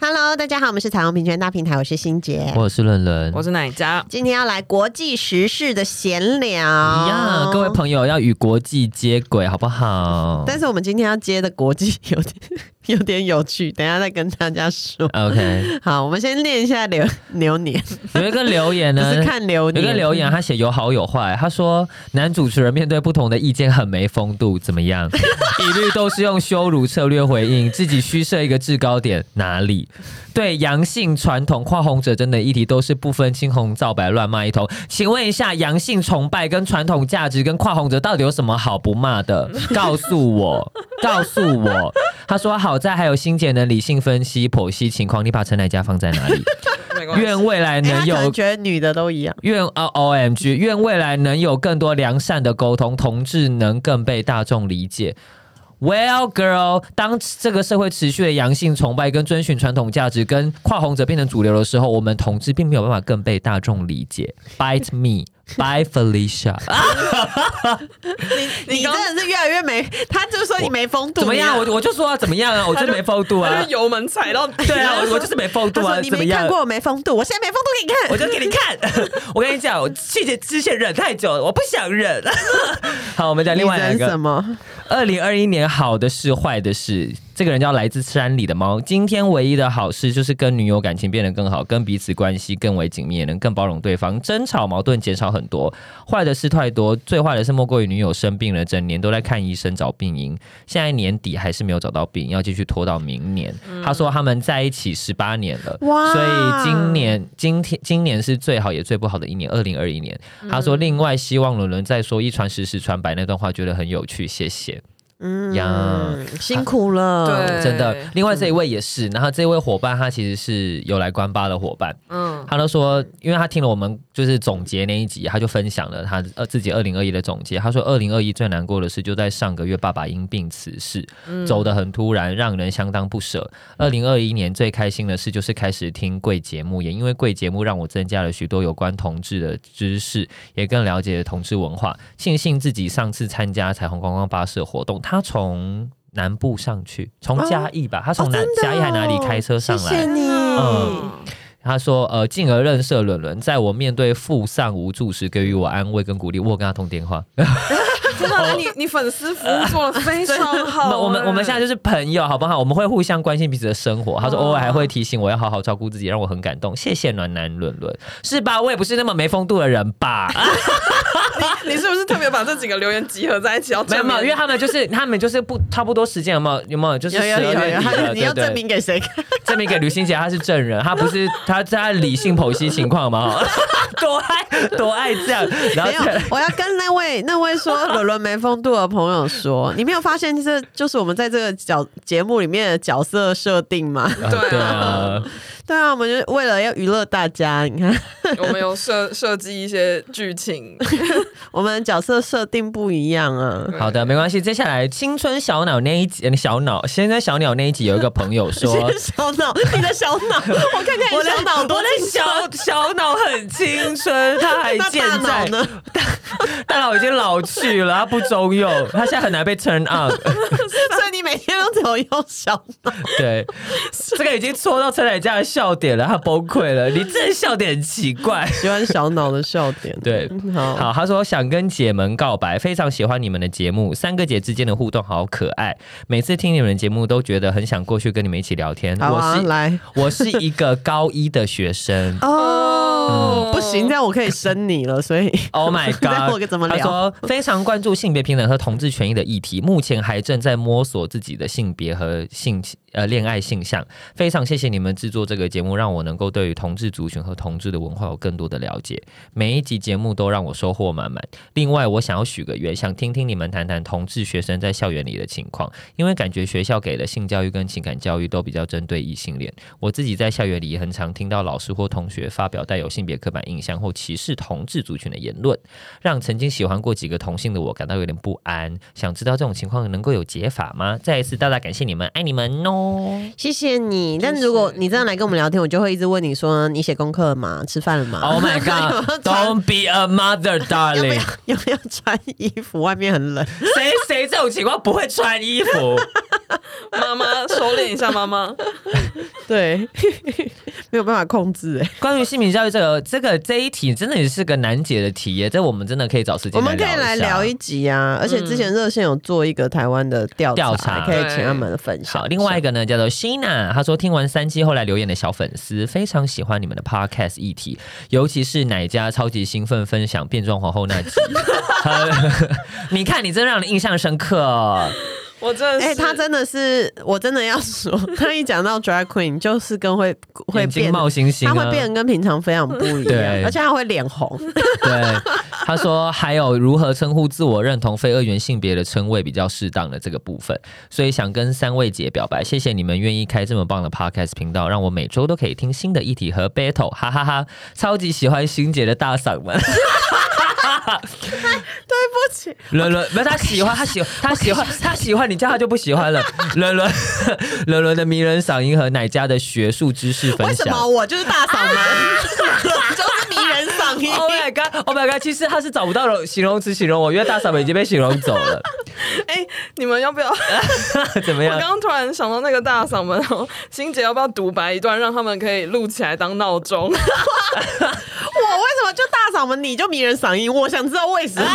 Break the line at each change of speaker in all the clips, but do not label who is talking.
Hello，大家好，我们是彩虹平权大平台，我是欣杰。
我是伦伦。
我是奶家，
今天要来国际时事的闲聊哦
呀，啊各位朋友要与国际接轨，好不好
但是我们今天要接的国际有点 有点有趣，等一下再跟大家说。
？OK，
好，我们先念一下流流年，
有一个留言
不
呢，
是看流
有
年。
一个留言，他写有好有坏。他说男主持人面对不同的意见很没风度，怎么样？一律都是用羞辱策略回应，自己虚设一个制高点，哪里？对阳性传统、跨红者等等议题都是不分青红皂白乱骂一通。请问一下，阳性崇拜跟传统价值跟跨红者到底有什么好不骂的？告诉我，告诉我。他说好在还有心姐能理性分析剖析情况，你把陈乃佳放在哪里？
没关系
愿未来
哎、他
能
可
有
能觉得女的都一样。
愿啊，O M G，愿未来能有更多良善的沟通，同志能更被大众理解。Well, girl，当这个社会持续的阳性崇拜跟遵循传统价值跟跨红者变成主流的时候，我们同志并没有办法更被大众理解。Bite me, by Felicia。
啊你真的是越来越没，他就说你没风度。
怎么样？我我就说、啊、怎么样啊？我就没风度
他
啊
就！ 油门踩到底。
对啊，我我就是没风
他
度啊！
说你
怎么
没
样
看？过我没风度，我现在没风度给你看。
我就给你看， 我跟你讲，我谢谢之前忍太久了，我不想忍。 好，我们讲另外
你
两
忍
个
什。么？
二零二一年好的事、坏的事，这个人叫来自山里的猫。今天唯一的好事就是跟女友感情变得更好，跟彼此关系更为紧密，也能更包容对方，争吵矛盾减少很多。坏的事太多，最坏的是莫过于女友生病了，整年都在看医生找病因，现在年底还是没有找到病，要继续拖到明年。他说他们在一起十八年了，
哇
所以今年今天今年是最好也最不好的一年，二零二一年。他说另外希望伦伦在说一传十十传百那段话觉得很有趣，谢谢。
嗯
呀
辛苦了。
对
真的，另外这一位也是，然后这位伙伴他其实是有来关巴的伙伴，
嗯，
他都说，因为他听了我们就是总结那一集，他就分享了他呃自己二零二一的总结。他说，二零二一最难过的事就在上个月，爸爸因病辞世，
嗯
走得很突然，让人相当不舍。二零二一年最开心的事就是开始听贵节目，也因为贵节目让我增加了许多有关同志的知识，也更了解了同志文化。庆幸自己上次参加彩虹观光巴士的活动，他从南部上去，从嘉义吧，他从南、
真的哦
嘉义还哪里开车上来？
谢谢你。
嗯他说，呃，进而认识了伦伦，在我面对负丧无助时，给予我安慰跟鼓励。我有跟他通电话，
真的，你你粉丝服务做的非常好
那
啊
哎。
哦我们我们现在就是朋友，好不好？我们会互相关心彼此的生活。他说，
哦
啊
偶尔还会提醒我要好好照顾自己，让我很感动。谢谢暖男伦伦，是吧？我也不是那么没风度的人 吧？
啊
哎你是不是特别把这几个留言集合在一起，要
没有
证
没
明
有，因为他们就是他们就是不差不多时间，有没有有没有？就是
有有
12
有
月
有，
底
他
了
你要
对对
证明给谁看？
证明给吕欣杰他是证人，他不是 他他理性剖析情况 嘛？哦 多爱多爱这样，然后
没有，啊我要跟那位那位 说伦伦没风度的朋友说，你没有发现这就是我们在这个角节目里面的角色设定吗？
呃
对啊
对啊。
对啊，我们就为了要娱乐大家，你看
我们有设设计一些剧情，
我们角色设定不一样啊。
好的，没关系。接下来青春小鸟那一集，呃小脑，现在小鸟那一集有一个朋友 说，
小脑，你的小 脑，我看看你小脑多
我的
清
小
楚。
小脑很青春，他还
那
健
大 脑
在，
呢？
大脑已经老去了，他不中用，他现在很难被 turn on。
所以你每天都只有用小脑。
对，这个已经戳到陈乃佳的笑点了，他崩溃了。你这笑点很奇 怪。
喜欢小脑的笑点。
对
嗯好，
好，他说想跟姐们告白，非常喜欢你们的节目，三个姐之间的互动好可爱，每次听你们的节目都觉得很想过去跟你们一起聊天。
好
我
啊，
是
来。
我是一个高一的学生
哦
嗯
不行，这样我可以生你了，所以
Oh my
那
god！
我该怎么
他
聊？
说非常关注性别平等和同志权益的议题，目前还正在摸索自己的性别和性呃恋爱性向。非常谢谢你们制作这个节目，让我能够对于同志族群和同志的文化有更多的了解。每一集节目都让我收获满满。另外，我想要许个愿，想听听你们谈谈同志学生在校园里的情况，因为感觉学校给的性教育跟情感教育都比较针对异性恋。我自己在校园里也很常听到老师或同学发表带有性别刻板印象或歧视同志族群的言论，让曾经喜欢过几个同性的我感到有点不安。想知道这种情况能够有解法吗？再一次大大感谢你们，爱你们 哦！
谢谢你。但如果你这样来跟我们聊天，我就会一直问你说：你写功课了吗？吃饭了吗
Oh my
有没有
god!
穿
Don't be a mother,
要不
darling.
要要不要穿衣服？外面很冷。
谁谁这种情况不会穿衣服？
妈妈收敛一下，妈妈。
对， 没有办法控制、欸。
关于性平教育这个这个这一题，真的也是个难解的题耶。这我们真的可以找时
我
间
们可以来
来
聊
聊
一
下。
集啊，而且之前热线有做一个台湾的调
调查
可以请他们分享。
好，另外一个呢叫做 Shina，她说听完三期后来留言的小粉丝非常喜欢你们的 podcast 议题，尤其是奶家超级兴奋分享变装皇后 那集，很 你看你真让人印象深刻、哦。
我真的是，
哎、他真的是，我真的要说， 他一讲到 drag queen，就是跟会会
眼睛
变，
冒星星、啊，
他会变得跟平常非常不一样
对，
而且他会脸红。
对，他说还有如何称呼自我认同非二元性别的称谓比较适当的这个部分，所以想跟三位姐表白，谢谢你们愿意开这么棒的 podcast 频道，让我每周都可以听新的议题和 battle，哈哈哈超级喜欢欣姐的大嗓门。
对不起，
伦伦，不是他喜欢，他喜他喜 欢，他喜欢你叫他就不喜欢了。伦伦， 伦伦的迷人嗓音和奶家的学术知识分
为什
享，
么我就是大 嗓门，就是迷人嗓音？
Oh my god! Oh my god! 其实他是找不到形容词形容我，因为大嗓门已经被形容走了。
哎、你们要不要？我
怎么样
刚？刚突然想到那个大嗓门哦，欣姐要不要独白一段，让他们可以录起来当闹钟？
我为什么就大嗓门，你就迷人嗓音？我想知道为什么。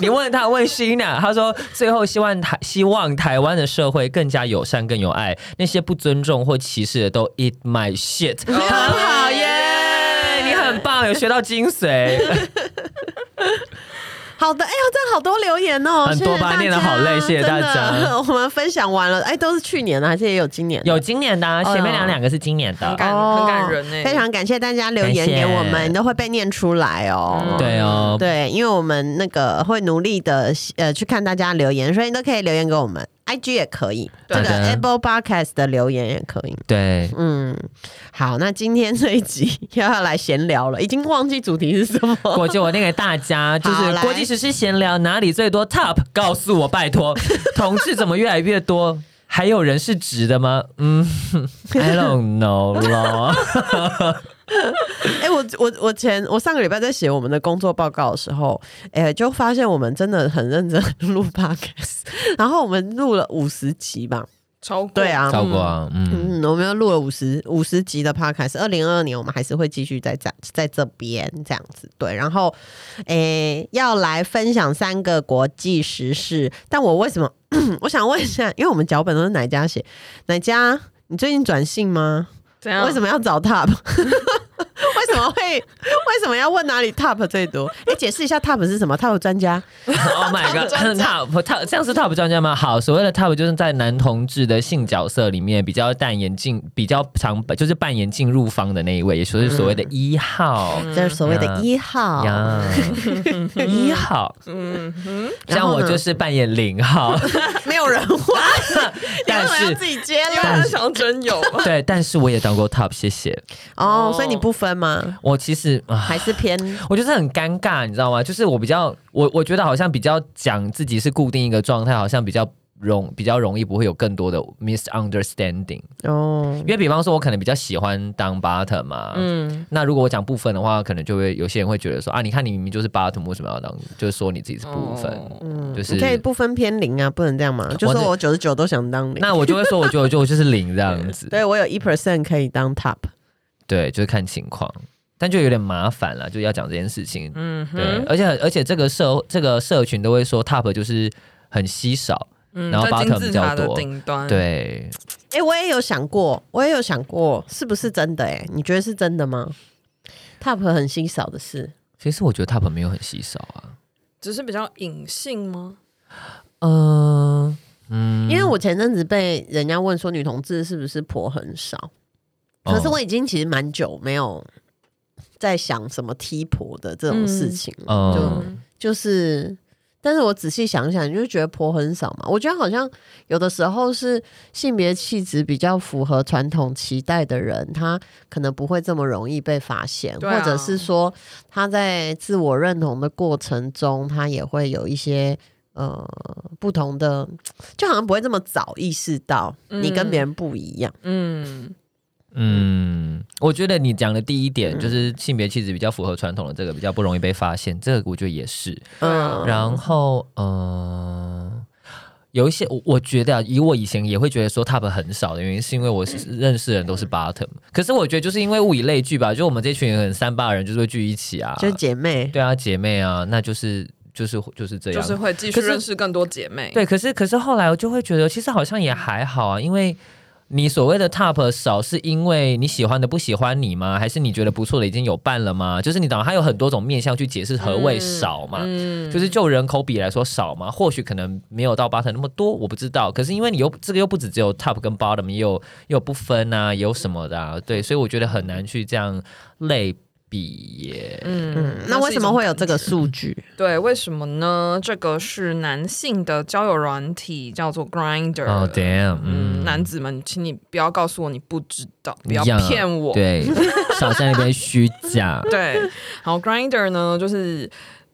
你问他问辛娜，他说最后希望台希望台湾的社会更加友善、更有爱，那些不尊重或歧视的都 eat my shit，很 好耶，你很棒，有学到精髓，
好的，哎呦，真的好多留言哦，
很多吧
谢谢大家
念得好累谢谢大家
真的 我们分享完了，哎，都是去年的，还是也有今年的？
有今年的、啊，前面
哎
两
呦
两个是今年的。
感
哦
很感人欸
非常感谢大家留言
感谢
给我们，都会被念出来哦。
对哦，
对，因为我们那个会努力的呃去看大家留言，所以你都可以留言给我们，IG 也可以，这
对
个
的
Apple Podcast 的留言也可以。
对，
嗯，好，那今天这一集又要来闲聊了，已经忘记主题是什么。
国 际我念给大家，就
好
是
来
国际时事闲聊哪里最多 top，告诉我拜托，同志怎么越来越多？还有人是直的吗？嗯，I don't know 咯。
哎、我我我前我上个礼拜在写我们的工作报告的时候，哎、就发现我们真的很认真录 podcast，然后我们录了五十集吧。
超过
对，啊，
超过啊，嗯
嗯，我们又录了五十五十集的 podcast，二零二二年我们还是会继续在在在这边这样子，对。然后，诶、要来分享三个国际时事，但我为什么 我想问一下，因为我们脚本都是哪家写？哪家？你最近转性吗？
嗯怎样？
为什
么？
么要找 top？为什么会？ 为什么要问哪里 top 最多？哎、解释一下 top 是什么？top 专家？
Oh my god，top top 这样是 top 专家吗？好，所谓的 top 就是在男同志的性角色里面比较扮演进比较常就是扮演进入方的那一位，也就是所谓的一号
这是所谓的
嗯
一号。
呀，一号。
嗯哼，
像我就是扮演零号，
没有 人会，
但
你为什么要
是
自己接
因为他
了
想要真有，
对，但是我也当过 top，谢谢。
哦
哦
所以你不分吗？
我其实啊。
还是偏
我就是很尴尬，你知道吗？就是我比较，我我觉得好像比较讲自己是固定一个状态，好像比较容比较容易不会有更多的 misunderstanding。
哦
因为比方说，我可能比较喜欢当 bottom 嘛，
嗯，
那如果我讲部分的话，可能就会有些人会觉得说啊，你看你明明就是 bottom，为什么要当？就是说你自己是部分，
嗯
就是
你可以不分偏零啊，不能这样嘛。就说我九十九都想当零，
那我就会说，我觉得我就我就是零这样子，
对我有一 percent 可以当 top。
对，就是看情况，但就有点麻烦了，就要讲这件事情，
嗯
对，啊
哼，
而且而且这个社这个社群都会说 top 就是很稀少，
嗯
然后
在
bottom
金字
比较
塔的
多
顶
嗯
端，，
对，
哎、我也有想过，我也有想过，是不是真的、哎，你觉得是真的吗？top 很稀少的事，
其实我觉得 top 没有很稀少啊，
只是比较隐性吗？
嗯、嗯，
因为我前阵子被人家问说女同志是不是婆很少，可
哦嗯
是我已经其实蛮久没有在想什么踢婆的这种事情了，
嗯
就
嗯
就是，但是我仔细想想，你就觉得婆很少嘛。我觉得好像有的时候是性别气质比较符合传统期待的人，他可能不会这么容易被发现，
对啊
或者是说他在自我认同的过程中，他也会有一些。呃，不同的，就好像不会这么早意识到你跟别人不一样。
嗯，
嗯，我觉得你讲的第一点
嗯
就是性别气质比较符合传统的这个比较不容易被发现，这个我觉得也是。
对
嗯
啊
然后，嗯、有一些我我觉得、啊，以我以前也会觉得说 top 很少的原因，是因为我是认识的人都是 bottom，可是我觉得就是因为物以类聚吧，就我们这群很三八的人就是会聚一起啊，
就姐妹，
对啊，姐妹啊，那就是就是就是这样，
就是会继续
可是
认识更多姐妹。
啊
嗯
对，可是可是后来我就会觉得，其实好像也还好啊，因为你所谓的 top 少，是因为你喜欢的不喜欢你吗？还是你觉得不错的已经有伴了吗？就是你懂，它有很多种面向去解释何谓少嘛。
嗯
就是就人口比来说少嘛，或许可能没有到 bottom 那么多，我不知道。可是因为你又这个又不只只有 top 跟 bottom，也有也有不分啊，也有什么的啊，对，所以我觉得很难去这样类比耶。
嗯
嗯，那为什么会有这个？数据？
对，为什么呢？这个是男性的交友软体，叫做 Grinder。
哦、d a m n
嗯，
嗯，
男子们，请你不要告诉我你不知道，不要
一样啊
骗我。
对，少在那边虚 假。
对，然后 Grinder 呢，就是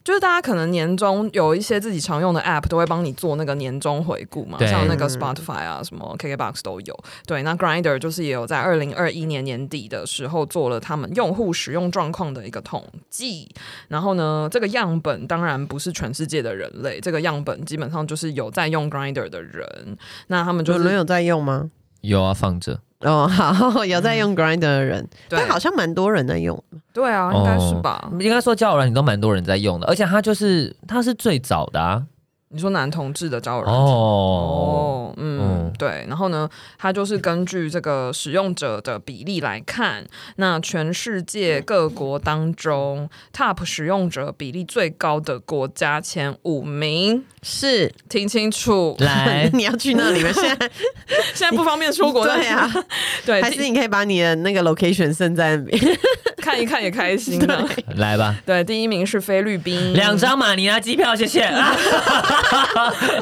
就是大家可能年终有一些自己常用的 App 都会帮你做那个年终回顾嘛，
对
像那个 Spotify 啊，什么 KKBox 都有。对，那 Grinder 就是也有在二零二一年年底的时候做了他们用户使用状况的一个统计。然后呢，这个样本当然不是全世界的人类，这个样本基本上就是有在用 Grinder 的人，那他们 就
有人
是
有在用吗？
有啊，放着。
哦，好，有
嗯
在用 Grinder 的人，
对
但好像蛮多人在用。
对啊，应该是吧？
哦
嗯应该说交友软件都蛮多人在用的，而且它就是它是最早的啊。
你说男同志的交友软件
哦，
哦，嗯
嗯，
对，然后呢，它就是根据这个使用者的比例来看，那全世界各国当中，Top 使用者比例最高的国家前五名，
是，，
听清楚，
来
你要去那里吗？现 在
现在不方便出哎国，哎
对 啊，
对，
还是你可以把你的那个 location 剩在那边。
看一看也开心的。
来吧，
对，第一名是菲律 宾，
两张马尼拉机票，谢谢。啊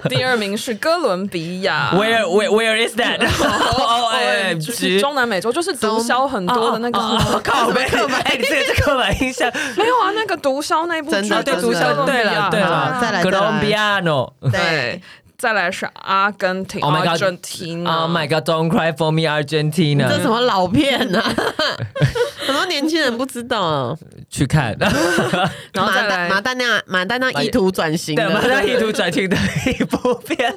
第二名是哥伦比亚，
where where where is that？哦哎，
就是中南美洲，就是毒枭很多的那个。
哦靠背，哎，你这个这刻板印象。
没有啊，那个毒枭那部啊
真
剧
的
哦，对，
就是
足
真的
球，对
哥伦
了，
比
对
亚
了，
好再来
哥
再来
伦比亚 no。
对，，再来是阿根廷啊
Oh my god
Argentina，
Oh my god，Don't cry for me,
这
Argentina。
什么老片 啊？很多年轻人不知道啊。
去 看，
然后
马
再
丹马
来
丹娜马丹娜意图转型
对，
了，
马上意图转型的一部片。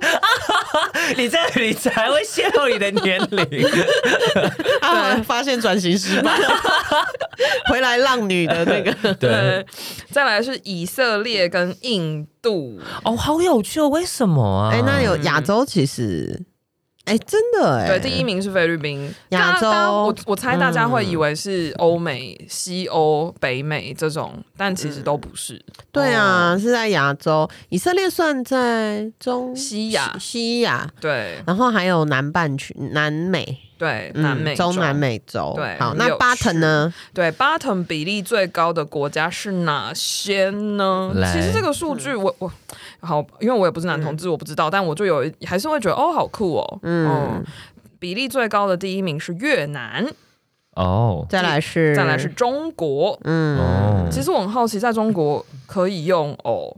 你这样你才会泄露你的年龄。
啊发现转型失败， 回来浪女的那个。
对，
对，再来是以色列跟印度，
哦，好有趣哦，为什么啊？
哎，那有亚洲其实，哎，真的哎，
嗯对，第一名是菲律宾，大家
亚
大家
洲
我我猜大家会以为是欧美、西欧、北美这种，但其实都不是。
对啊，
哦
是在亚洲，以色列算在中
西亚
西亚，
对
然后还有南半球、南美、
对，
嗯
南美洲
中南美洲。
对
好，
很
那
有
巴特呢？
对 bottom 比例最高的国家是哪些呢？
来
其实这个数据我我好，因为我也不是男同志，我不知道，但我就有一还是会觉得哦，好酷哦，嗯
嗯。
比例最高的第一名是越南，
哦
再来是，
再来是，中国。
嗯，
其实我很好奇，在中国可以用哦，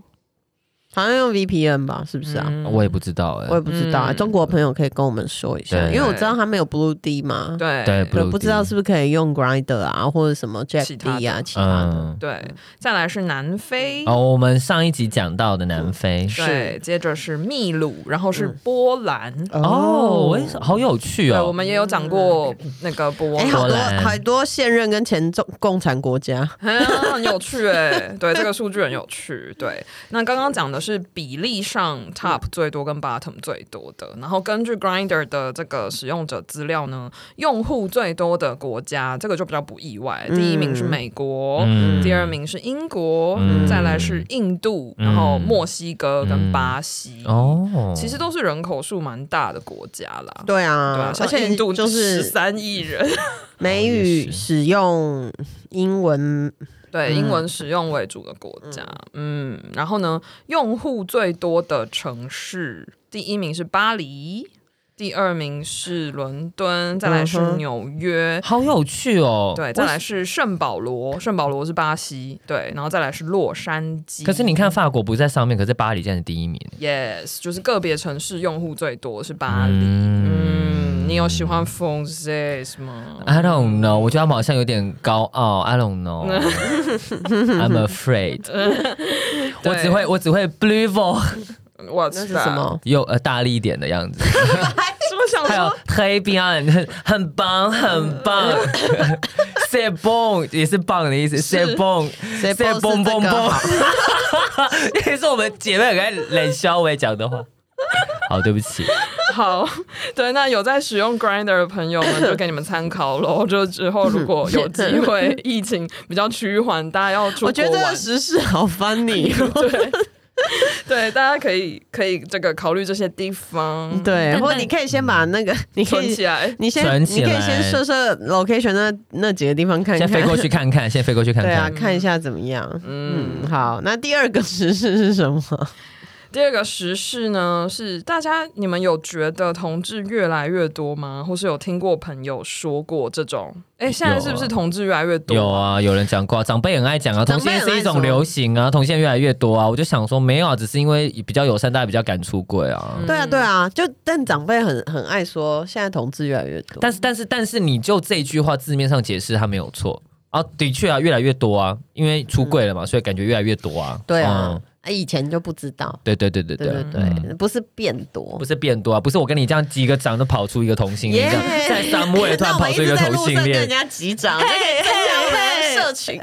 好像用 VPN 吧，是不是啊？
嗯
我也不知道
我
哎。
也不知道，
嗯
中国朋友可以跟我们说一下，
对
因为我知道他们有 Blue D 嘛，
对
对
对，
Blue
不知道
D
是不是可以用 Grinder 啊，或者什么 Jack
其他的
D 啊，其他的。
嗯，
对再来是南非，
哦，我们上一集讲到的南非。
对，接着是秘鲁，然后是
嗯
波兰。
哦，我也是，好有趣
对，我
哦。
们也有讲过那个波
哎，好
波
多
兰
好多现任跟前中共产国家，
欸很很有趣哎、对，这个数据很有趣。对，那刚刚讲的是比例上 top 最多跟 bottom 最多的。然后根据 Grinder 的这个使用者资料呢，用户最多的国家，这个就比较不意外。第一名是美国，
嗯
第二名是英国，
嗯
再来是印度，然后墨西哥跟巴西。
哦，
其实都是人口数蛮大的国家啦。
对
对啊
啊，，
而且印度
就
十
是
三亿人，
美
哦也
语
是
使用英文，
对，英文使用为主的国家，嗯然后呢，用户最多的城市，第一名是巴黎，第二名是伦敦，再来
嗯
是
哼
纽约。
好有趣哦。
对，再来是圣保罗，圣保罗是巴西，对，然后再来是洛杉矶。
可是你看法国不在上面，可是巴黎竟然是第一名。
，yes，就是个别城市用户最多是巴黎。
嗯
嗯，你有喜欢 f o n s e s 吗？。
I don't know，我觉得他们好像有点高傲。I don't know，I'm afraid
对
我只会我只会 blue vol，
我
那
知
是
道
什？么？
有呃大力一点的样子，
是不是想
还有
说？
黑边很很棒很棒，say bon 也是棒的意思，say bon
谁
say
蹦是
bon
这
bon
个
bon，
好
也是我们姐妹很爱冷笑我讲的话。好，对不起，
好， 对，那有在使用 Grinder 的朋友们，就给你们参考 喽。就之后如果有机会，疫情比较趋缓，大家要出
我
国
觉得这
玩
个时事好 funny 哦。
对对，大家可以可以这个考虑这些地方，，
对，
但
或
但
你可以先把那个，你
嗯
可
存
以
起来。
你先，
存
你
起
可以先
来
设设 location 那那几个地方看看，
先飞过 去看看，先飞过去看
对啊，
看。
看一下怎么样。
嗯，
嗯，好，那第二个时事是什么？
第二个时事呢是大家你们有觉得同志越来越多吗？或是有听过朋友说过这种？哎、现在
有
是不是
啊
同志越来越多？
有啊，有人讲过、啊，长辈很爱讲啊，
长
同
辈很爱
性
说
是一种流行啊，同性越来越多啊。我就想说，没有啊，只是因为比较友善，大家比较敢出柜啊。
嗯
对啊，对啊，就但长辈很很爱说，现在同志越来越多，
但是，但是，但是，你就这句话字面上解释，它没有错啊。的确啊，越来越多啊，因为出柜了嘛，所以感觉越来越多啊。
嗯对啊
嗯，
哎以前就不知道，
对对对对
对对
对，
对，不是变多
不，是变多啊，不是我跟你这样几个长都跑出一个同性恋，这样在三位突然跑出一个同性
那我一直在路上跟
恋
人，家击掌，就可以增强我们的社群。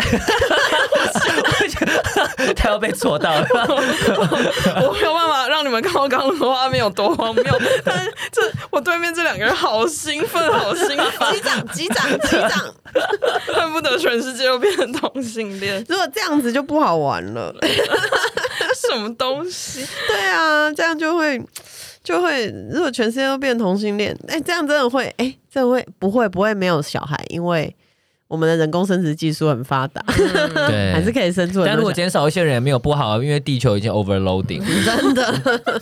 他要被戳到 了。
我没有办法让你们看到刚刚的画面有多荒谬，但是这我对面这两个人好兴奋，好兴
击
奋，
掌，击掌，击 掌！
恨不得全世界都变成同性 恋，
如果这样子就不好玩了。
什么东西？
对啊，这样就会就会，如果全世界都变同性恋，哎、这样真的会，哎、这会不会不会没有小孩？因为我们的人工生殖技术很发达，
对，
还是可以生出很多小孩。
但如果减少一些人也没有不好，啊，因为地球已经 overloading。
真的，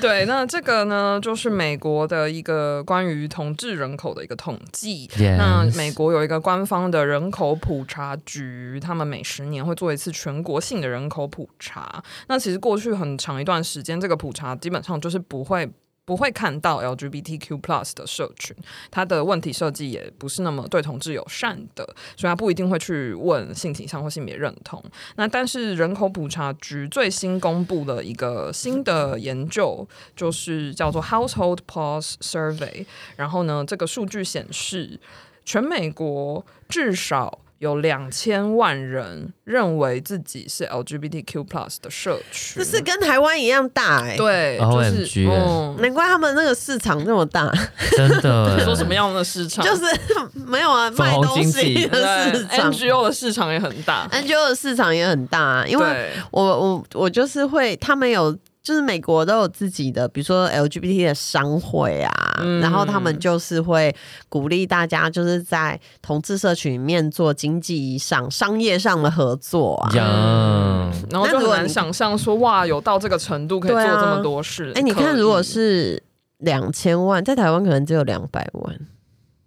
对，那这个呢，就是美国的一个关于同志人口的一个统计。
Yes
嗯
那美国有一个官方的人口普查局，他们每十年会做一次全国性的人口普查。那其实过去很长一段时间，这个普查基本上就是不会。不会看到 LGBTQ plus 的社群，它的问题设计也不是那么对同志友善的，所以它不一定会去问性倾向或性别认同。那但是人口普查局最新公布了一个新的研究，就是叫做 Household Pulse Survey。然后呢，这个数据显示，全美国至少有两千万人认为自己是 LGBTQ plus 的社群。
这是跟台湾一样大哎、
对，就是
OMG
嗯，
难怪他们那个市场那么 大，
真的
说什么样的市场？
就是没有啊，
粉
卖
红
东
经
西
济
的市
对
场
NGO 的市场也很大，
，NGO 的市场也很大、啊，因为
对
我我我就是会，他们有就是美国都有自己的，比如说 LGBT 的商会啊，
嗯
然后他们就是会鼓励大家就是在同志社群里面做经济上、商业上的合作啊。
呀，
然后就
那如
很
果你
难想象说哇，有到这个程度可以做
对啊
这么多事。
哎、你
可
看，
以
如果是两千万，在台湾可能只有两百万，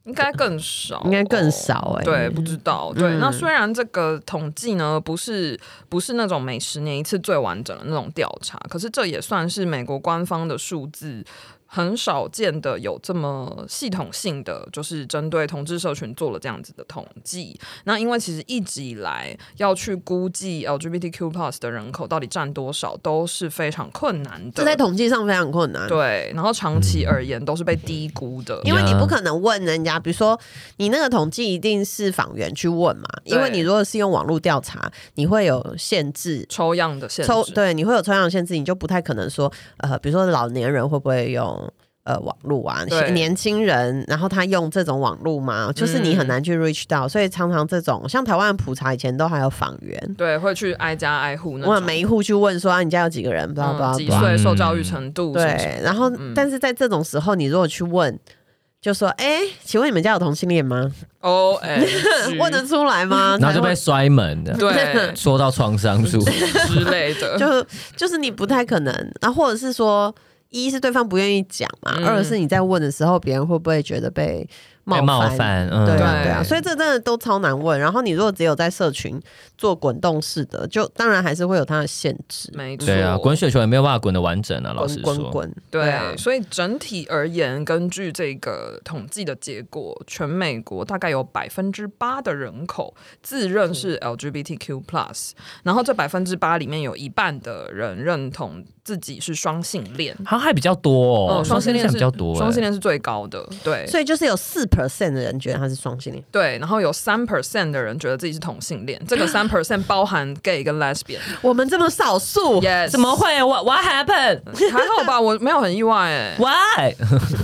应该更少，
应该更。少哎、
哦对，不知道。对，
嗯
那虽然这个统计呢不是不是那种每十年一次最完整的那种调查，可是这也算是美国官方的数字。很少见的有这么系统性的，就是针对同志社群做了这样子的统计。那因为其实一直以来要去估计 LGBTQ plus 的人口到底占多少，都是非常困难
这在
的。
统计上非常困难。
对，然后长期而言都是被低估的，
嗯因为你
Yeah
不可能问人家，比如说你那个统计一定是访员去问嘛，因
对
为你如果是用网络调查，你会有限制。
抽样的限制。
抽对，你会有抽样限制，你就不太可能说，呃，比如说老年人会不会用呃网络啊？
对
年轻人，然后他用这种网络嘛，就是你
嗯
很难去 reach 到，所以常常这种像台湾的普查以前都还有访员，
对，会去挨家挨户那
问
种，
每一户去问说、啊、你家有几个人，blah
嗯
blah
几
blah
岁、受教育程度什么什么
对，然后、
嗯
但是在这种时候，你如果去问，就说：“哎、请问你们家有同性恋吗？
O M
问得出来 吗？”
然后就被
才
摔门的，
对
说到创伤处，
之类的，
会就就是你不太可能，啊，或者是说，一是对方不愿意讲嘛，
嗯
二是你在问的时候，别人会不会觉得被冒
被
犯？
冒犯，嗯，
对啊，
对
对啊，所以这真的都超难问。然后你如果只有在社群做滚动式的，就当然还是会有它的限制。
没错，
对啊，滚雪球也没有办法滚得完整啊，老实
滚
说，
滚滚，
对
啊，
所以整体而言，根据这个统计的结果，全美国大概有百分之八的人口自认是 LGBTQ plus，然后这百分之八里面有一半的人认同自己是双性恋。
好像还比较多哦，
嗯双性恋
还
是
比较多欸，
双性恋是最高的，对
所以就是有四 percent 的人觉得他是双性恋。
对，然后有三 percent 的人觉得自己是同性恋，这个三 percent 包含 gay 跟 lesbian，
我们这么 少数
yes，
怎么会？What What happened？Why？
还好吧？我没有很意外 哎、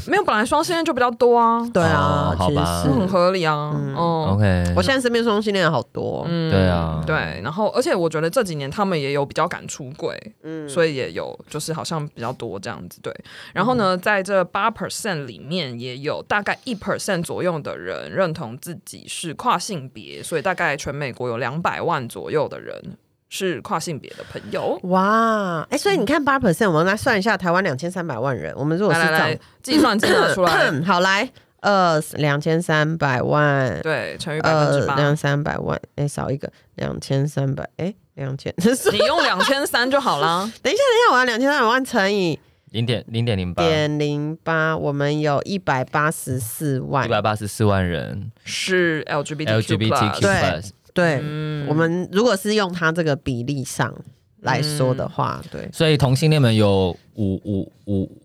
没有，本来双性恋就比较多啊，
对啊，
哦好吧
其实
很
是。
合理啊，
嗯
嗯
哦 OK，
我现在身边双性恋好多，
嗯
对啊
对，然后而且我觉得这几年他们也有比较敢出柜，
嗯，
所以也有就是好像比较多这样子，对。然后呢，在这八 percent 里面，也有大概一 percent 左右的人认同自己是跨性别，所以大概全美国有两百万左右的人是跨性别的朋友。
哇，哎、所以你看八 percent，我们来算一下，台湾两千三百万人，我们如果
来
是
来
这样
来，计算机拿出 来，
好来，呃，两千三百万，
对，乘以百分
呃
之，八。
两三百万，哎、少一个，两千三百，哎，两千，等一下，等
你用两千三就好啦，
一下，我要啊两千三百万乘以
零点零点零八，一
点零八，我们有一百八十四万，
百八十四万人
是 LGBTQ
LGBTQ
plus，
plus，
对对、
嗯
我们如果是用它这个比例上来说的话，
嗯
对，
所以同性恋们有五五五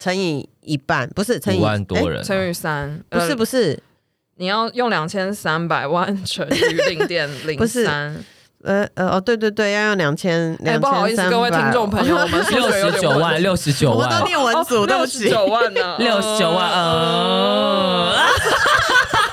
乘以一半，不是乘以
五万
诶
多人啊，
乘以三，
不
呃
是不是，
你要用两千三百万乘以零点
不
零
是
三，
呃呃哦，对对对，要用两千
哎，
两
不好意思，各位听众 朋友，我们 数
六
学有
十
点哦
九万，六十九
我们都
万，
念文组，哦对不
六
起
十。九 万呢，哦
六十九万，呃
嗯，
嗯，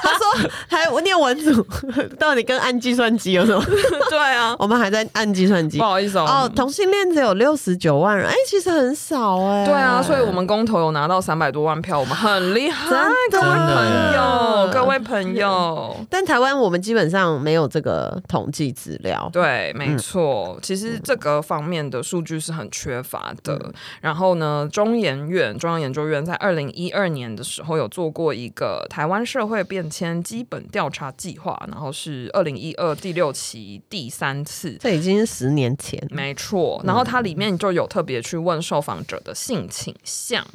他说还我念文组， 到底跟按计算机有什么？
对啊，
我们还在按计算机
不。好意思
哦，
哦。
同性恋只有六十九万人，哎、其实很少哎、
对啊，所以我们公投有拿到三百多万票，我们很厉害，各
真
位
的
朋友，
耶嗯
各位朋友，
但台湾我们基本上没有这个统计资料。
对，没错，其实这个方面的数据是很缺乏的。然后呢，中研院中央研究院在二零一二年的时候有做过一个台湾社会变迁基本调查计划，然后是二零一二第六期第三次。
这已经是十年前，
没错，然后它里面就有特别去问受访者的性倾向。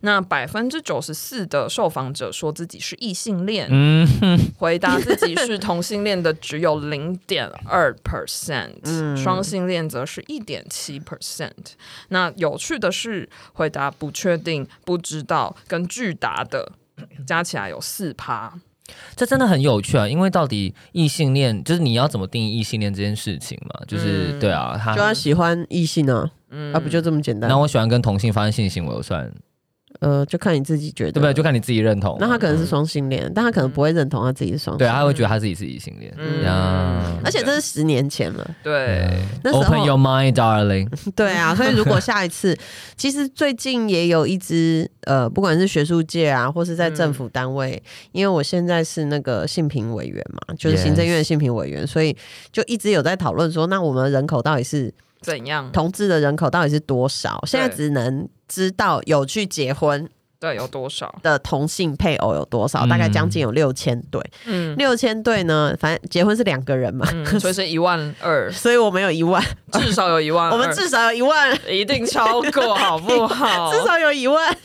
那百分之九十四的受访者说自己是异性恋，
嗯，
回答自己是同性恋的只有零点二
嗯
percent，双性恋则是一点七 percent。那有趣的是，回答不确定、不知道跟拒答的加起来有四趴。
这真的很有趣啊！因为到底异性恋，就是你要怎么定义异性恋这件事情嘛？就是、
嗯
对啊，他
就要喜欢异性啊，
嗯
啊不就这么简单
那？我喜欢跟同性发生性行为，我算
呃，就看你自己觉得，
对不对？就看你自己认同。啊
那他可能是双性恋，但他可能不会认同他自己是双性
对
恋。
啊，他会觉得他自己是异性恋。
嗯
呀
而且这是十年前了，
对，
那时候
Open your mind, darling。
对啊，所以如果下一次，其实最近也有一支呃，不管是学术界啊，或是在
嗯
政府单位，因为我现在是那个性平委员嘛，就是
Yes
行政院性平委员所以就一直有在讨论说，那我们人口到底是
怎样？
同志的人口到底是多少？现在只能知道有去结婚，
对，有多少？
的同性配偶有多少？大概将近有六千对，
嗯，
六千对呢，反正结婚是两个人嘛，
嗯所以是一万二，
所以我们有一万，
至少有一万二，哦
我们至少有一万，
一定超过，好不好？
至少有一万，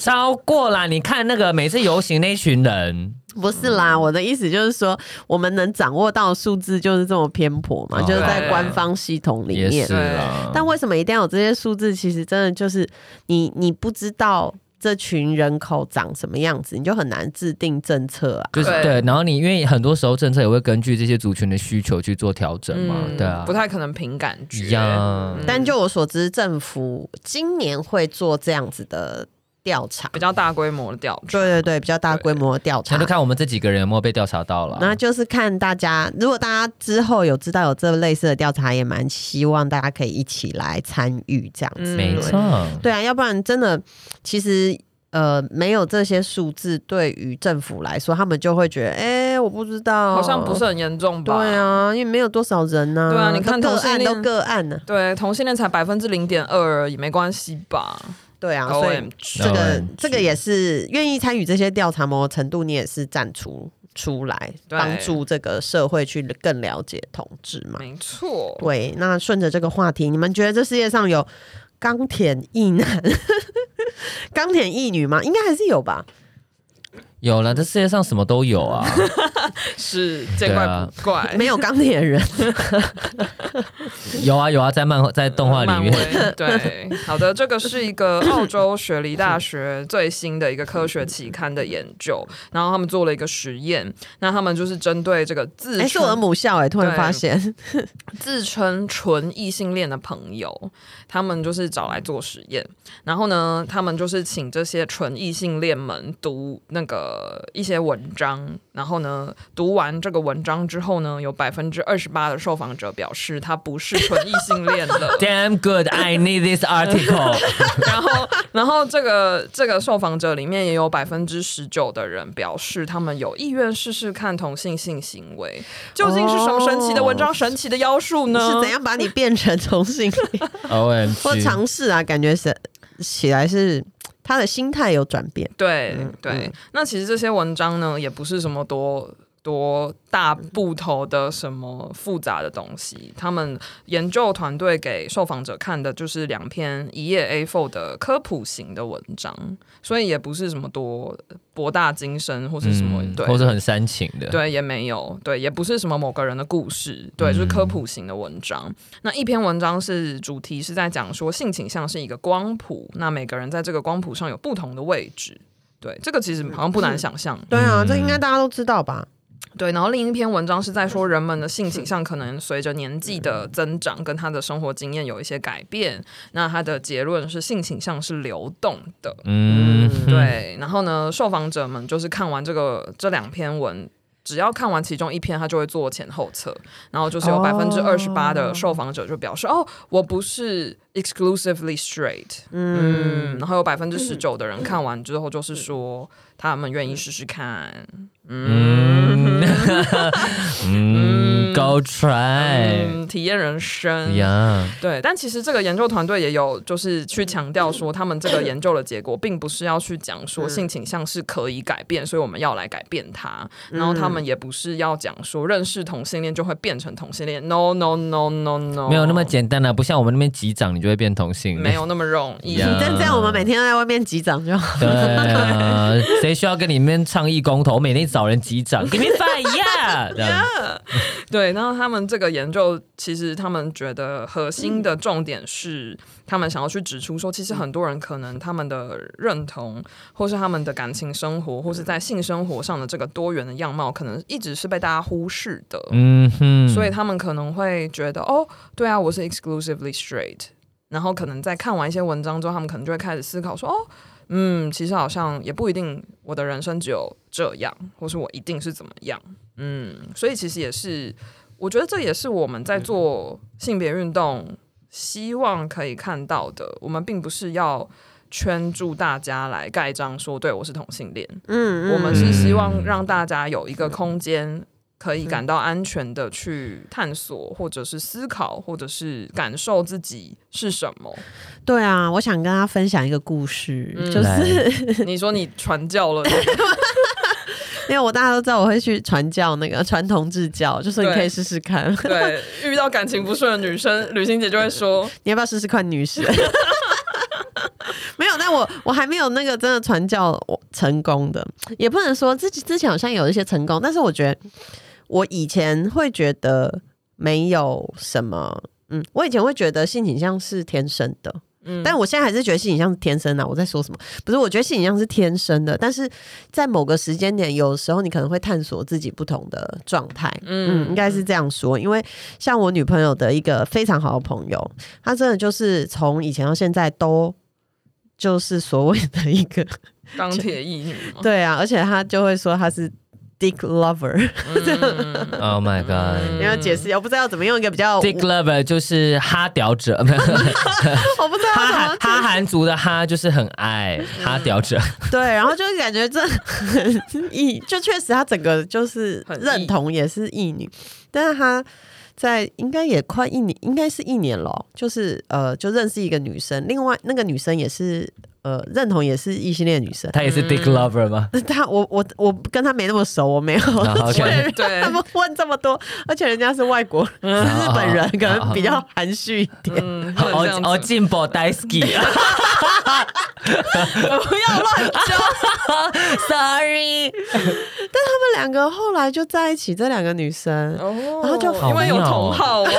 超过啦！你看那个每次游行那群人，
不是啦，我的意思就是说，我们能掌握到的数字就是这么偏颇嘛，
哦
就是在
对
官方系统里
也
面
是。啦。
但为什么一定要有这些数字？其实真的就是你你不知道这群人口长什么样子，你就很难制定政策啊。
就是对
对，
然后你因为很多时候政策也会根据这些族群的需求去做调整嘛，
嗯
对啊
嗯不，太可能凭感觉嗯
一。样。
但就我所知，政府今年会做这样子的调查，
比较大规模的调查，
对对对，比较大规模的调查
那就。看我们这几个人有没有被调查到了。
然后就是看大家，如果大家之后有知道有这类似的调查，也蛮希望大家可以一起来参与这样子。
嗯
没
对
错，
对啊，要不然真的，其实呃，没有这些数字，对于政府来说，他们就会觉得，哎、我不知道，
好像不是。很严重吧？
对，啊，因为没有多少人呐、
对啊你
都
看
个
同性
案
恋
都个案啊呢、
对，同性恋才百分之零点二而已，没关系吧
对啊，所以
？OM，
这个
OMG
这个也是愿意参与这些调查，某种程度你也是站出出来，
对
帮助这个社会去更了解同志嘛。
没错，
对，那顺着这个话题，你们觉得这世界上有钢铁异男、 钢铁异女吗？应该还是有吧。
有了，这世界上什么都有 啊。
是见怪不怪。
没有钢铁人，
有啊有啊，在漫画在动画里面，，
漫威对，好的，这个是一个澳洲雪梨大学最新的一个科学期刊的研究，然后他们做了一个实验，那他们就是针对这个自
哎、是我的
称
母校哎、突然发现，
自称纯异性恋的朋友，他们就是找来做实验，然后呢，他们就是请这些纯异性恋们读那个一些文章，然后呢，读完这个文章之后呢，有百分之二十八的受访者表示他不是纯异性恋的
Damn good, I need this article
然后，然后这个这个受访者里面也有百分之十九的人表示他们有意愿试试看同性性行为，究竟是什么神奇的文章、神奇的妖术呢？
哦 是怎样把你变成同性恋
O M
或
G。
尝试啊？感觉是起来是他的心态有转变，
对、
嗯
对、
嗯
那其实这些文章呢，也不是什么多多大部头的什么复杂的东西。他们研究团队给受访者看的就是两篇一页 A4 的科普型的文章，所以也不是什么多博大精深或是什么、
嗯
对，
或者很煽情的，
对，也没有，对，也不是什么某个人的故事，对，就是科普型的文章。那一篇文章是主题是在讲说性倾向是一个光谱，那每个人在这个光谱上有不同的位置。对，这个其实好像不难想象。
对啊，这应该大家都知道吧？
对，然后另一篇文章是在说人们的性倾向可能随着年纪的增长跟他的生活经验有一些改变。那他的结论是性倾向是流动的。
嗯，
对，然后呢，受访者们就是看完这个这两篇文。只要看完其中一篇，他就会做前后测，然后就是有
哦
百分之二十八的受访者就表示，哦我不是 exclusively straight，
嗯，
嗯，然后有百分之十九的人看完之后就是说他们愿意试试看，
嗯 嗯，Go
嗯
try
体验人生
呀，
对，但其实这个研究团队也有就是去强调说，他们这个研究的结果并不是要去讲说性倾向是可以改变，所以我们要来改变它。然后他们也不是要讲说认识同性恋就会变成同性恋，no no no no no，
没有那么简单了，啊不像我们那边击掌你就会变同性
哦没
恋，
有那么容易。
呀
但这样我们每天都在外面击掌就好。
对 啊，谁需要跟你们倡议公投？我每天找人击掌，Give me five 呀， 这样
对，然后他们这个研究，其实他们觉得核心的重点是，他们想要去指出说，其实很多人可能他们的认同，或是他们的感情生活，或是在性生活上的这个多元的样貌，可能一直是被大家忽视的。
嗯哼，
所以他们可能会觉得，哦，对啊，我是 exclusively straight。然后可能在看完一些文章之后，他们可能就会开始思考说，哦，嗯，其实好像也不一定，我的人生只有这样，或是我一定是怎么样。嗯，所以其实也是，我觉得这也是我们在做性别运动希望可以看到的。我们并不是要圈住大家来盖章说，对我是同性恋。
嗯，嗯
我们是希望让大家有一个空间，可以感到安全的去探索，或者是思考，或者是感受自己是什么。
对啊，我想跟大家分享一个故事，
嗯
就是
是
你说你传教了，
因为我大家都知道我会去传教那个传统制教，就说你
对
可以试试看，
对，遇到感情不顺的女生，吕欣姐就会说，
你要不要试试看女士？ 没有，但我我还没有那个真的传教我成功的，也不能说自己之前好像有一些成功，但是我觉得我以前会觉得没有什么，嗯，我以前会觉得性倾向是天生的，
嗯，
但我现在还是觉得性倾向是天生的、我在说什么？不是，我觉得性倾向是天生的，但是在某个时间点，有时候你可能会探索自己不同的状态。嗯，应该是这样说，因为像我女朋友的一个非常好的朋友，她真的就是从以前到现在都就是所谓的一个
钢铁异女嘛，
对啊，而且她就会说她是 dick lover，
嗯
Oh my god！
你要解释一下，我哦不知道要怎么用一个比
哦
较，
Dick lover 就是哈屌 者，没有
我不知道
哈
要怎么
韩哈韩族的哈就是很爱哈屌者，
对，然后就是感觉这很异，就确实她整个就是
很异
认同也是异女，但是她在应该也快一年，应该是一年了哦，就是呃，就认识一个女生，另外那个女生也是呃认同也是异性恋女生，
他也是 Dick lover 吗？
她我我我跟她没那么熟，我没有
啊，OK
确认
对
他们问这么多，而且人家是外 国人，是日本
啊
人，可能比较含蓄一点。
嗯， 不能这
哦
样
哦，
子
进步 d i s k y
不要乱 教，
哦
Sorry，
他们两个后来就在一起，这两个女生，
哦
然后就
因为有同好 啊，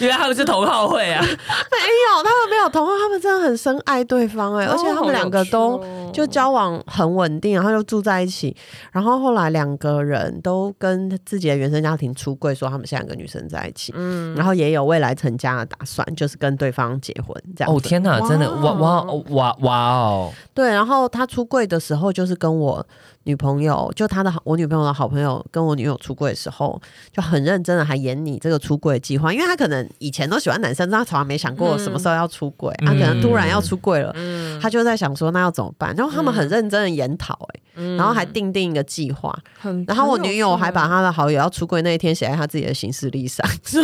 原来他们是同好会啊！
没有，他们没有同化，他们真的很深爱对方哎、而且他们两个
哦好
都
有趣哦
就交往很稳定，然后就住在一起，然后后来两个人都跟自己的原生家庭出柜，说他们现在跟女生在一起，
嗯
然后也有未来成家的打算，就是跟对方结婚这样
哦
子。
天哪，真的哇
哇
哇哇哇哦！
对，然后他出柜的时候，就是跟我女朋友，就他的好，我女朋友的好朋友跟我女友出柜的时候，就很认真的还演你这个出柜计划，因为他可能以前都喜欢男生，但他从来没想过什么时候要出柜，他、可能突然要出柜了，
嗯
他就在想说那要怎么办，然后他们很认真的研讨、欸，
嗯
然后还定定一个计划，
很，
然后我女友还把
她
她的好友要出柜那一天写在她自己的行事 历上，说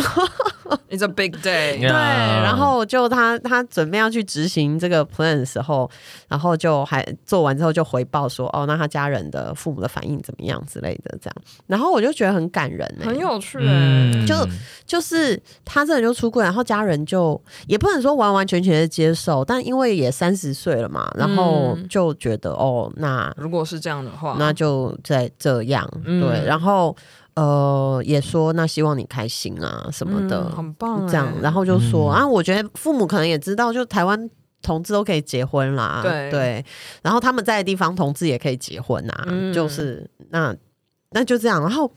，It's a big day，
对，
啊
然后就他他准备要去执行这个 plan 的时候，然后就还做完之后就回报说，哦，那他家人的父母的反应怎么样之类的，这样，然后我就觉得很感人、欸，
很有趣欸，
嗯，
就就是他这人就出柜，然后家人就也不能说完完全全的接受，但因为也三十岁了嘛，然后
嗯
就觉得、哦，那
如果是这样的话，
那就再这样，
嗯
对，然后呃也说那希望你开心啊什么的，
嗯很棒欸，
这样，然后就说、
嗯
啊，我觉得父母可能也知道，就台湾同志都可以结婚啦，
对
然后他们在的地方同志也可以结婚啊，
嗯
就是那那就这样，然后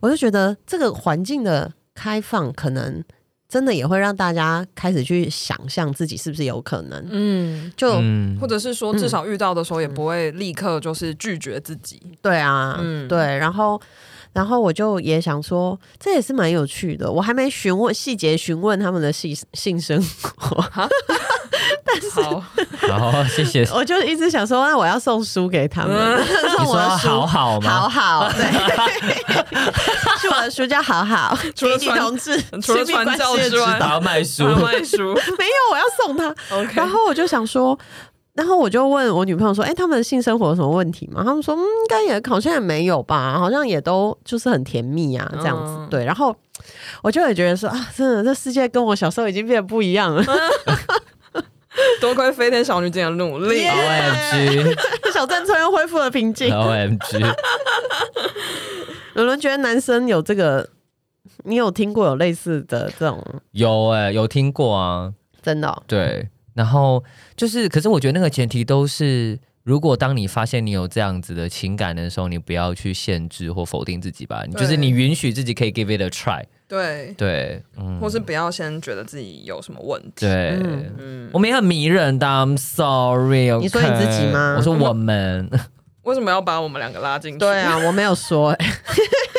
我就觉得这个环境的开放，可能真的也会让大家开始去想象自己是不是有可能，
嗯。
就、
嗯
或者是说，至少遇到的时候也不会立刻就是拒绝自己。
对啊，
嗯
对，然后。然后我就也想说，这也是蛮有趣的。我还没询问细节询问他们的性性生活，
好，
好，谢谢。你
我就一直想说，那我要送书给他们，
嗯
送我
说
的书。
好好
好
吗？
好，对， 是我的书叫《好好》，
除了
给女
传
同志
除了
亲密关
传教
系的
之
指
外
导
打要卖书
我，要卖书。
没有，我要送他。
OK，
然后我就想说，然后我就问我女朋友说：“哎、他们的性生活有什么问题吗？”他们说：“嗯，应该也好像也没有吧，好像也都就是很甜蜜啊，这样子。
嗯
对，然后我就也觉得说啊，真的，这世界跟我小时候已经变得不一样了。
多亏飞天小女警的努力
Yeah。
OMG，
小镇村又恢复了平静。
OMG，
有人觉得男生有这个，你有听过有类似的这种？
有哎、有听过啊，
真的哦、
对。然后就是，可是我觉得那个前提都是，如果当你发现你有这样子的情感的时候，你不要去限制或否定自己吧，你就是
对
你允许自己可以 give it a try，
对，
对，嗯
或，是不要先觉得自己有什么问题。
对。
嗯
嗯，
我们也很迷人的，I'm sorry、
你说你自己吗
我说我们，
为什么要把我们两个拉进去？哦
对， 啊， 我没有说、欸，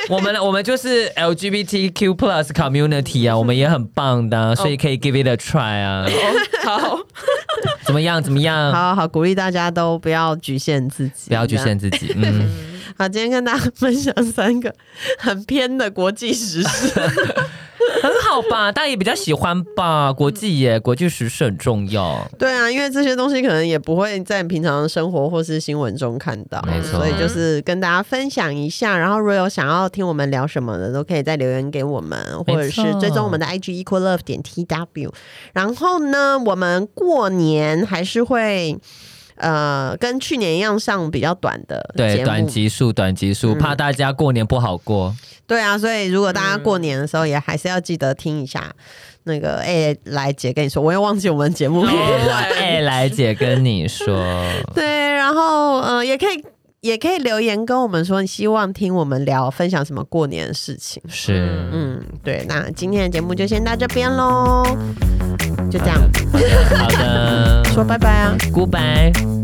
我们我们就是 LGBTQ plus community 啊，我们也很棒的啊、所以可以 give it a try 啊，
好，
怎么样？怎么样？
嗯好好鼓励大家都不要局限自己，
不要局限自己。嗯，
这样。好，今天跟大家分享三个很偏的国际时事。
很好 吧，大家也比较喜欢吧。国际耶，
嗯
国际时事很重要。
对啊，因为这些东西可能也不会在平常生活或是新闻中看到，
没错
所以就是跟大家分享一下。然后如果有想要听我们聊什么的，都可以再留言给我们，或者是
没错
追踪我们的 IG equal love 点 tw。然后呢，我们过年还是会。呃，跟去年一样上比较短的
对，
节目嗯
短集数，短集数，怕大家过年不好过。
对啊，所以如果大家过年的时候也还是要记得听一下那个哎、来姐跟你说，我也忘记我们节目名了
哎，来姐跟你说，
对，然后呃，也可以也可以留言跟我们说，你希望听我们聊分享什么过年的事情。
是，
嗯，对，那今天的节目就先到这边喽，就这样
好的，
说拜拜啊。 啊
，Goodbye。